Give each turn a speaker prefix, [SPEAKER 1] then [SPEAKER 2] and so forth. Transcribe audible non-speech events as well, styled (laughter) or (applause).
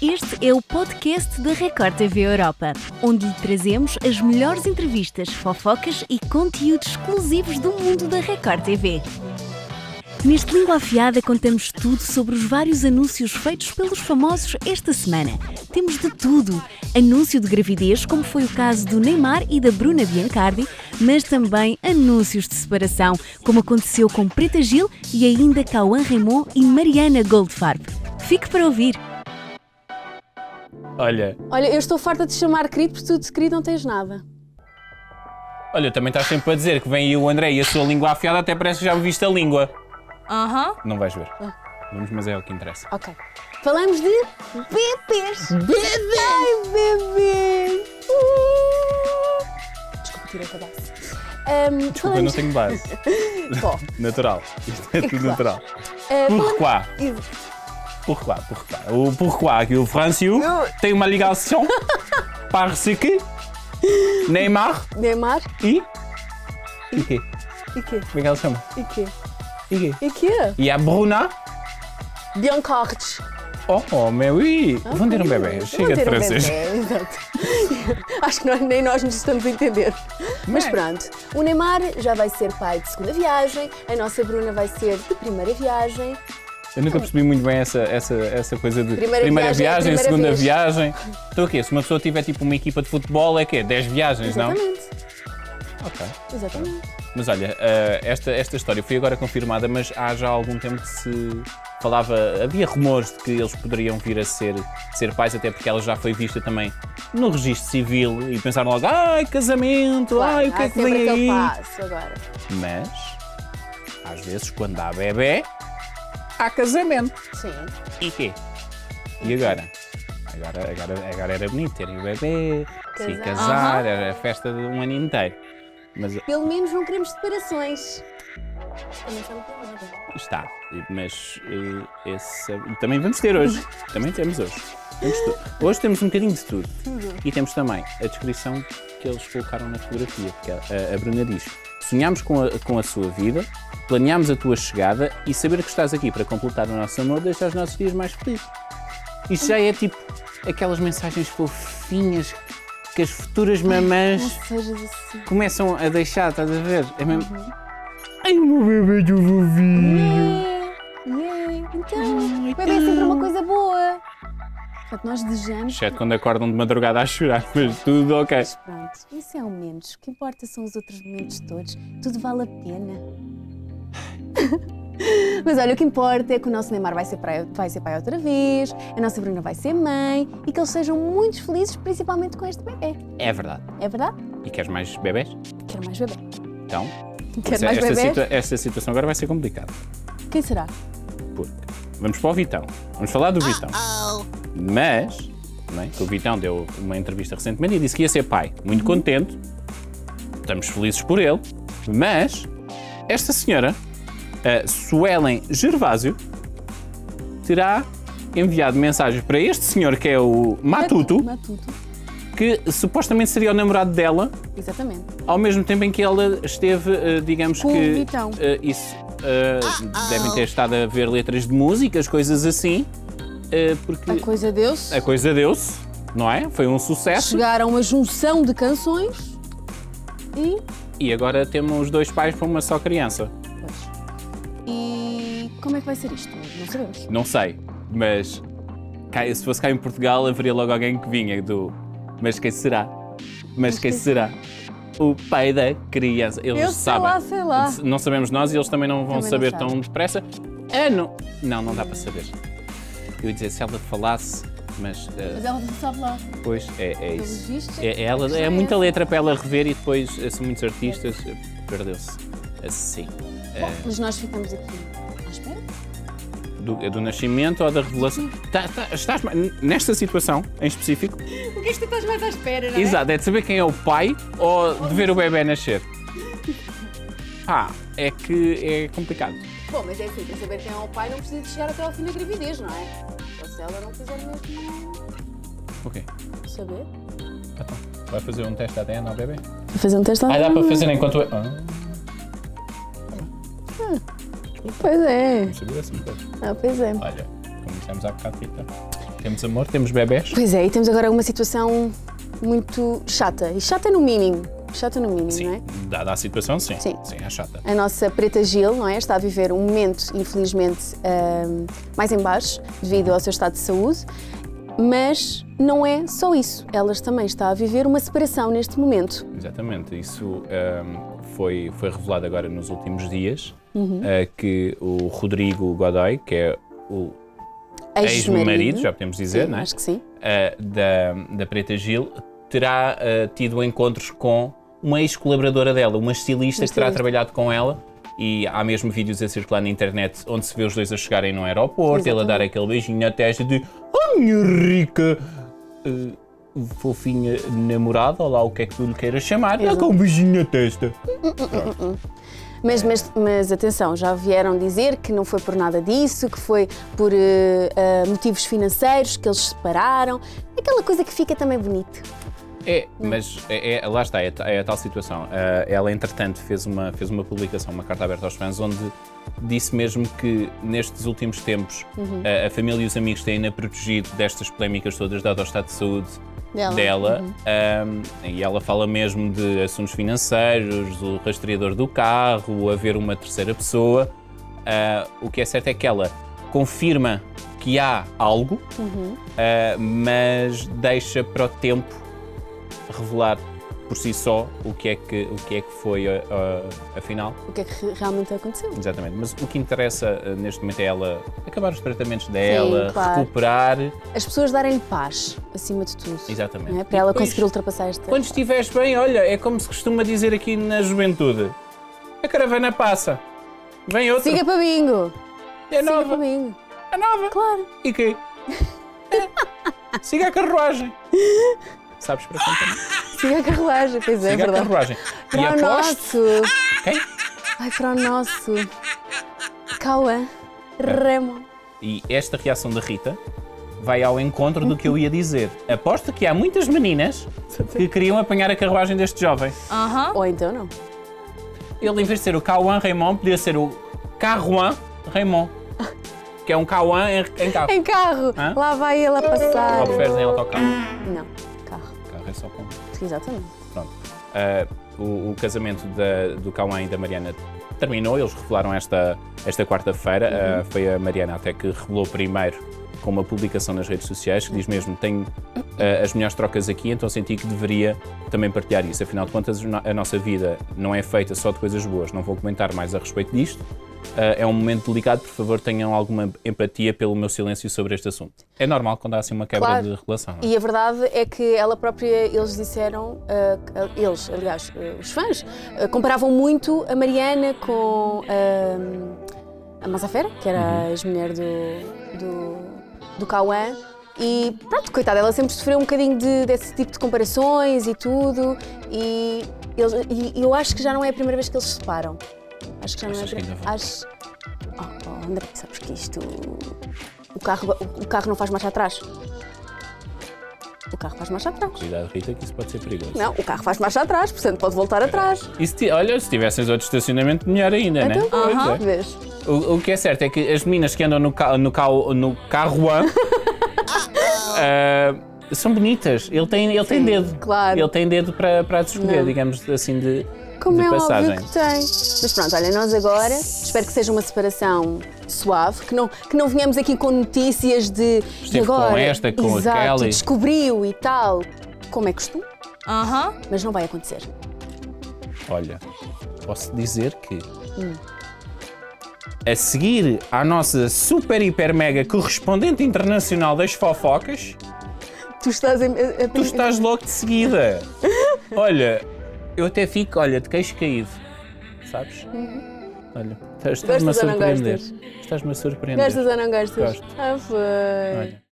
[SPEAKER 1] Este é o podcast da Record TV Europa, onde lhe trazemos as melhores entrevistas, fofocas e conteúdos exclusivos do mundo da Record TV. Neste Língua Afiada contamos tudo sobre os vários anúncios feitos pelos famosos esta semana. Temos de tudo: anúncio de gravidez, como foi o caso do Neymar e da Bruna Biancardi, mas também anúncios de separação, como aconteceu com Preta Gil e ainda Cauã Raymond e Mariana Goldfarb. Fique para ouvir!
[SPEAKER 2] Olha,
[SPEAKER 3] Olha, eu estou farta de te chamar querido porque tu de querido não tens nada.
[SPEAKER 2] olha, também estás sempre a dizer que vem aí o André e a sua língua afiada, até parece que já me viste a língua.
[SPEAKER 3] Aham.
[SPEAKER 2] Não vais ver. Vamos, mas é o que interessa.
[SPEAKER 3] Ok. Falamos de bebês. Bebês! Ai, bebês! Uh! Desculpa, tirei a base. Um,
[SPEAKER 2] Eu não
[SPEAKER 3] falamos...
[SPEAKER 2] tenho base.
[SPEAKER 3] Bom,
[SPEAKER 2] (laughs) Natural. Isto é tudo
[SPEAKER 3] Claro.
[SPEAKER 2] natural.
[SPEAKER 3] eh,
[SPEAKER 2] Pourquoi?
[SPEAKER 3] falamos-
[SPEAKER 2] Pourquoi? Pourquoi? O pourquoi que o Francio tem uma ligação parce que Neymar
[SPEAKER 3] Neymar
[SPEAKER 2] e. E quê?
[SPEAKER 3] e quê?
[SPEAKER 2] Como é que ela se chama?
[SPEAKER 3] E quê?
[SPEAKER 2] E quê?
[SPEAKER 3] E quê?
[SPEAKER 2] E a Bruna?
[SPEAKER 3] Biancartes.
[SPEAKER 2] Oh, oh, meu, oui. Vão ter um bebê. Chega de
[SPEAKER 3] Manter um
[SPEAKER 2] francês.
[SPEAKER 3] bebé, (laughs) exato. Acho que nós- nem nós nos estamos a entender. Mas
[SPEAKER 2] é?
[SPEAKER 3] pronto, o Neymar já vai ser pai de segunda viagem, a nossa Bruna vai ser de primeira viagem.
[SPEAKER 2] Eu nunca percebi muito bem essa, essa, essa coisa de
[SPEAKER 3] Primeira viagem, primeira
[SPEAKER 2] segunda
[SPEAKER 3] vez.
[SPEAKER 2] viagem. Então o quê? Se uma pessoa tiver tipo uma equipa de futebol, é quê? 10 viagens, não?
[SPEAKER 3] Exatamente.
[SPEAKER 2] Ok.
[SPEAKER 3] Exatamente.
[SPEAKER 2] Mas olha, eh, esta, esta história foi agora confirmada, mas há já algum tempo que se falava, havia rumores de que eles poderiam vir a ser, ser pais, até porque ela já foi vista também no registro civil e pensaram logo, ai, casamento, ai, o que
[SPEAKER 3] há
[SPEAKER 2] é que
[SPEAKER 3] sempre
[SPEAKER 2] vem
[SPEAKER 3] aquele
[SPEAKER 2] aí?
[SPEAKER 3] passo agora.
[SPEAKER 2] Mas, às vezes, quando há bebê, há casamento.
[SPEAKER 3] Sim.
[SPEAKER 2] E quê? E agora? Agora, agora, agora era bonito terem o bebê, se
[SPEAKER 3] Casar.
[SPEAKER 2] casar, era a festa de um ano inteiro. Mas eh,
[SPEAKER 3] Pelo menos não queremos separações. Também já não tem nada.
[SPEAKER 2] está. E- Mas eh, esse, e também vamos ter hoje. Também temos hoje. Temos tudo. Hoje temos um bocadinho de tudo. E temos também a descrição que eles colocaram na fotografia, porque a, a Bruna diz: Sonhámos com a, com a sua vida, planeámos a tua chegada e saber que estás aqui para completar o nosso amor deixa os nossos dias mais felizes. Isto já é tipo aquelas mensagens fofinhas que as futuras mamãs
[SPEAKER 3] Não sejas assim.
[SPEAKER 2] começam a deixar, estás a ver? É mesmo. Ai, o meu bebê de
[SPEAKER 3] Uhum.
[SPEAKER 2] vovinho! é.
[SPEAKER 3] Yeah. Então, o bebê é sempre uma coisa boa. Portanto, nós desejamos
[SPEAKER 2] Exceto quando acordam de madrugada a chorar, mas tudo ok.
[SPEAKER 3] Mas pronto, isso é o menos. O que importa são os outros momentos todos. Tudo vale a pena. (laughs) Mas olha, o que importa é que o nosso Neymar vai ser, praia- vai ser pai outra vez, a nossa Bruna vai ser mãe e que eles sejam muito felizes, principalmente com este bebê.
[SPEAKER 2] É verdade.
[SPEAKER 3] É verdade?
[SPEAKER 2] E queres mais bebés?
[SPEAKER 3] Quero mais bebê.
[SPEAKER 2] Então,
[SPEAKER 3] Quero
[SPEAKER 2] essa-
[SPEAKER 3] mais
[SPEAKER 2] esta,
[SPEAKER 3] bebê.
[SPEAKER 2] situa- esta situação agora vai ser complicada.
[SPEAKER 3] Quem será?
[SPEAKER 2] Porque vamos para o Vitão. Vamos falar do Vitão. Mas, não é? que o Vitão deu uma entrevista recentemente e disse que ia ser pai.
[SPEAKER 3] Uhum.
[SPEAKER 2] Muito contente. Estamos felizes por ele. Mas, esta senhora, a Suelen Gervásio, terá enviado mensagens para este senhor que é o Matuto,
[SPEAKER 3] Matuto.
[SPEAKER 2] que supostamente seria o namorado dela,
[SPEAKER 3] Exatamente.
[SPEAKER 2] ao mesmo tempo em que ela esteve, eh, digamos
[SPEAKER 3] Com um
[SPEAKER 2] que.
[SPEAKER 3] o Vitão.
[SPEAKER 2] eh, isso. eh, Devem ter estado a ver letras de músicas, coisas assim, eh, porque
[SPEAKER 3] A coisa deus.
[SPEAKER 2] a coisa deu-se, não é? Foi um sucesso.
[SPEAKER 3] Chegar a uma junção de canções e.
[SPEAKER 2] E agora temos dois pais para uma só criança.
[SPEAKER 3] Pois. E como é que vai ser isto? Não sabemos.
[SPEAKER 2] Não sei, mas cá- se fosse cá em Portugal haveria logo alguém que vinha do. Mas quem será? Mas quem será? O pai da criança. Eles
[SPEAKER 3] Eu sei
[SPEAKER 2] sabem.
[SPEAKER 3] lá, sei lá.
[SPEAKER 2] Não sabemos nós e eles também não vão
[SPEAKER 3] Também não
[SPEAKER 2] saber
[SPEAKER 3] sabem.
[SPEAKER 2] tão depressa. É, não. Não, não dá para saber. Eu ia dizer se ela falasse, mas eh,
[SPEAKER 3] Mas ela não sabe lá.
[SPEAKER 2] depois é, é
[SPEAKER 3] Pelos
[SPEAKER 2] isso.
[SPEAKER 3] vistos,
[SPEAKER 2] É, é
[SPEAKER 3] a
[SPEAKER 2] ela,
[SPEAKER 3] questão
[SPEAKER 2] é
[SPEAKER 3] é
[SPEAKER 2] muita
[SPEAKER 3] essa.
[SPEAKER 2] letra para ela rever e depois, eh, são muitos artistas, eh, perdeu-se. Assim. Eh,
[SPEAKER 3] Mas nós ficamos aqui à espera.
[SPEAKER 2] Do, é do nascimento ou da revelação? Tá- tá- estás ma- n- nesta situação em específico?
[SPEAKER 3] Porque isto estás mais à espera, não
[SPEAKER 2] Exato, é de saber quem é o pai ou de ver o bebê nascer. Ah, é que é complicado.
[SPEAKER 3] Bom, mas é assim, para saber quem é o pai não precisa de chegar até ao fim da gravidez, não é? Ou se ela não quiser mesmo
[SPEAKER 2] Ok. tá
[SPEAKER 3] saber.
[SPEAKER 2] Vai fazer um teste ADN ao bebê?
[SPEAKER 3] Fazer um teste lá.
[SPEAKER 2] Ah, dá para fazer enquanto. Ah,
[SPEAKER 3] Pois é.
[SPEAKER 2] não sabia dessas coisas.
[SPEAKER 3] Ah, é. pois é.
[SPEAKER 2] assim, Olha, como dissemos há bocado, Rita. Temos amor, temos bebés.
[SPEAKER 3] Pois é, e temos agora uma situação muito chata. E chata no mínimo. Chata no mínimo, não é?
[SPEAKER 2] Sim, dada a situação, sim.
[SPEAKER 3] Sim.
[SPEAKER 2] é chata.
[SPEAKER 3] A nossa Preta Gil não é? está a viver um momento, infelizmente, ahm, mais em baixo, devido ao seu estado de saúde. Mas não é só isso. Ela também está a viver uma separação neste momento.
[SPEAKER 2] Exatamente, isso ahm, foi, foi revelado agora nos últimos dias ah, que o Rodrigo Godoy, que é o ex-marido, já podemos dizer,
[SPEAKER 3] Sim,
[SPEAKER 2] não é?
[SPEAKER 3] Acho que sim.
[SPEAKER 2] Ah, da, da Preta Gil, terá ah, tido encontros com uma ex-colaboradora dela, uma estilista que terá
[SPEAKER 3] Estilista.
[SPEAKER 2] trabalhado com ela. E há mesmo vídeos a circular na internet onde se vê os dois a chegarem no aeroporto, ela dar aquele beijinho na testa de Oh, minha rica ah, fofinha namorada, ou lá o que é que tu lhe queiras chamar, dá cá um beijinho na testa.
[SPEAKER 3] Mas, mas, mas atenção, já vieram dizer que não foi por nada disso, que foi por eh, ah, motivos financeiros que eles se separaram. Aquela coisa que fica também bonito.
[SPEAKER 2] É, mas é, é- lá está, é, ta- é a tal situação. Ah, ela, entretanto, fez uma, fez uma publicação, uma carta aberta aos fãs, onde disse mesmo que nestes últimos tempos ah, a, família e os amigos têm ainda protegido destas polémicas todas, dado ao estado de saúde
[SPEAKER 3] Dela.
[SPEAKER 2] dela. Ah, e ela fala mesmo de assuntos financeiros, o rastreador do carro, haver uma terceira pessoa. Ah, o que é certo é que ela confirma que há algo, ah, mas deixa para o tempo revelar por si só o que é que, o que, é que foi ah, ah, afinal.
[SPEAKER 3] O que é que re- realmente aconteceu?
[SPEAKER 2] Exatamente, mas o que interessa ah, neste momento é ela acabar os tratamentos dela,
[SPEAKER 3] claro.
[SPEAKER 2] recuperar.
[SPEAKER 3] As pessoas darem paz, acima de tudo.
[SPEAKER 2] Exatamente.
[SPEAKER 3] não é? Para
[SPEAKER 2] E
[SPEAKER 3] ela
[SPEAKER 2] depois-
[SPEAKER 3] conseguir ultrapassar esta.
[SPEAKER 2] Quando estiveres bem, olha, é como se costuma dizer aqui na juventude: a caravana passa, vem outra,
[SPEAKER 3] Siga para bingo!
[SPEAKER 2] é
[SPEAKER 3] Siga para
[SPEAKER 2] nova,
[SPEAKER 3] bingo!
[SPEAKER 2] é nova,
[SPEAKER 3] Claro!
[SPEAKER 2] e quê?
[SPEAKER 3] (laughs)
[SPEAKER 2] É. Siga a carruagem. Sabes para quem também?
[SPEAKER 3] Siga a carruagem, pois é, é
[SPEAKER 2] Siga a
[SPEAKER 3] verdade.
[SPEAKER 2] carruagem. E
[SPEAKER 3] Para o
[SPEAKER 2] aposto.
[SPEAKER 3] nosso!
[SPEAKER 2] Quem?
[SPEAKER 3] Vai para o nosso! Cauã! Remo!
[SPEAKER 2] E esta reação da Rita vai ao encontro do que eu ia dizer. Aposto que há muitas meninas que queriam apanhar a carruagem deste jovem.
[SPEAKER 1] Aham.
[SPEAKER 3] Ou então não.
[SPEAKER 2] Ele, em vez de ser o Cauã Raymond, podia ser o Carruan Raymond. Que é um Cauã em, em carro.
[SPEAKER 3] Em carro!
[SPEAKER 2] Hã?
[SPEAKER 3] Lá vai ele a passar!
[SPEAKER 2] Oferes em autocarro.
[SPEAKER 3] Não, carro.
[SPEAKER 2] Carro é só com.
[SPEAKER 3] Exatamente.
[SPEAKER 2] Pronto. Ah, o, o casamento da- do Cauã e da Mariana terminou, eles revelaram esta, esta quarta-feira. Ah, foi a Mariana até que revelou primeiro com uma publicação nas redes sociais que diz mesmo: Tenho ah, as melhores trocas aqui, então senti que deveria também partilhar isso. Afinal de contas, no- a nossa vida não é feita só de coisas boas. Não vou comentar mais a respeito disto. Ah, é um momento delicado, por favor, tenham alguma empatia pelo meu silêncio sobre este assunto. É normal quando há assim uma quebra
[SPEAKER 3] Claro.
[SPEAKER 2] de relação. não é?
[SPEAKER 3] E a verdade é que ela própria, eles disseram, ah, que- eles, aliás, ah, os fãs, ah, comparavam muito a Mariana com ah, a Massafera, que era
[SPEAKER 2] Uhum.
[SPEAKER 3] a ex-mulher do, do, do Cauã. E pronto, coitada, ela sempre sofreu um bocadinho de- desse tipo de comparações e tudo. E, eles, e- e eu acho que já não é a primeira vez que eles se separam. Acho que já não é a
[SPEAKER 2] Achas que
[SPEAKER 3] primeira
[SPEAKER 2] ainda vão?
[SPEAKER 3] Acho. Oh, oh, André, sabes que isto. O carro, o carro não faz marcha atrás. O carro faz marcha atrás.
[SPEAKER 2] Cuidado, Rita, que isso pode ser perigoso.
[SPEAKER 3] Não, o carro faz marcha atrás, portanto pode voltar atrás.
[SPEAKER 2] E se ti- olha, se tivessem outro estacionamento, melhor ainda, né?
[SPEAKER 3] Então,
[SPEAKER 2] Pois é.
[SPEAKER 3] vês?
[SPEAKER 2] O, o que é certo é que as meninas que andam no, ca, no, ca- no
[SPEAKER 3] (laughs)
[SPEAKER 2] carruan ah, são bonitas. Ele tem, ele tem dedo.
[SPEAKER 3] claro.
[SPEAKER 2] Ele tem dedo para, para te escolher,
[SPEAKER 3] Não.
[SPEAKER 2] digamos assim, de,
[SPEAKER 3] Como
[SPEAKER 2] de
[SPEAKER 3] é
[SPEAKER 2] passagem.
[SPEAKER 3] óbvio que tem. Mas pronto, olha, nós agora, espero que seja uma separação suave, que não, que não venhamos aqui com notícias de. e
[SPEAKER 2] Esteve com
[SPEAKER 3] agora,
[SPEAKER 2] esta, com
[SPEAKER 3] exato,
[SPEAKER 2] aquela e-
[SPEAKER 3] descobriu e tal. Como é costume,
[SPEAKER 1] Aham.
[SPEAKER 3] mas não vai acontecer.
[SPEAKER 2] Olha, posso dizer que
[SPEAKER 3] Hum.
[SPEAKER 2] a seguir à nossa super, hiper, mega correspondente internacional das fofocas,
[SPEAKER 3] Tu estás a. a- a-
[SPEAKER 2] tu estás logo de seguida. Olha, eu até fico, olha, de queixo caído. Sabes? Olha, estás- estás-me a
[SPEAKER 3] Uhum. Gostas ou não
[SPEAKER 2] surpreender.
[SPEAKER 3] gostas?
[SPEAKER 2] Estás-me a surpreender.
[SPEAKER 3] Gostas ou não gostas?
[SPEAKER 2] Gosto. é?
[SPEAKER 3] Ah, foi.
[SPEAKER 2] Olha.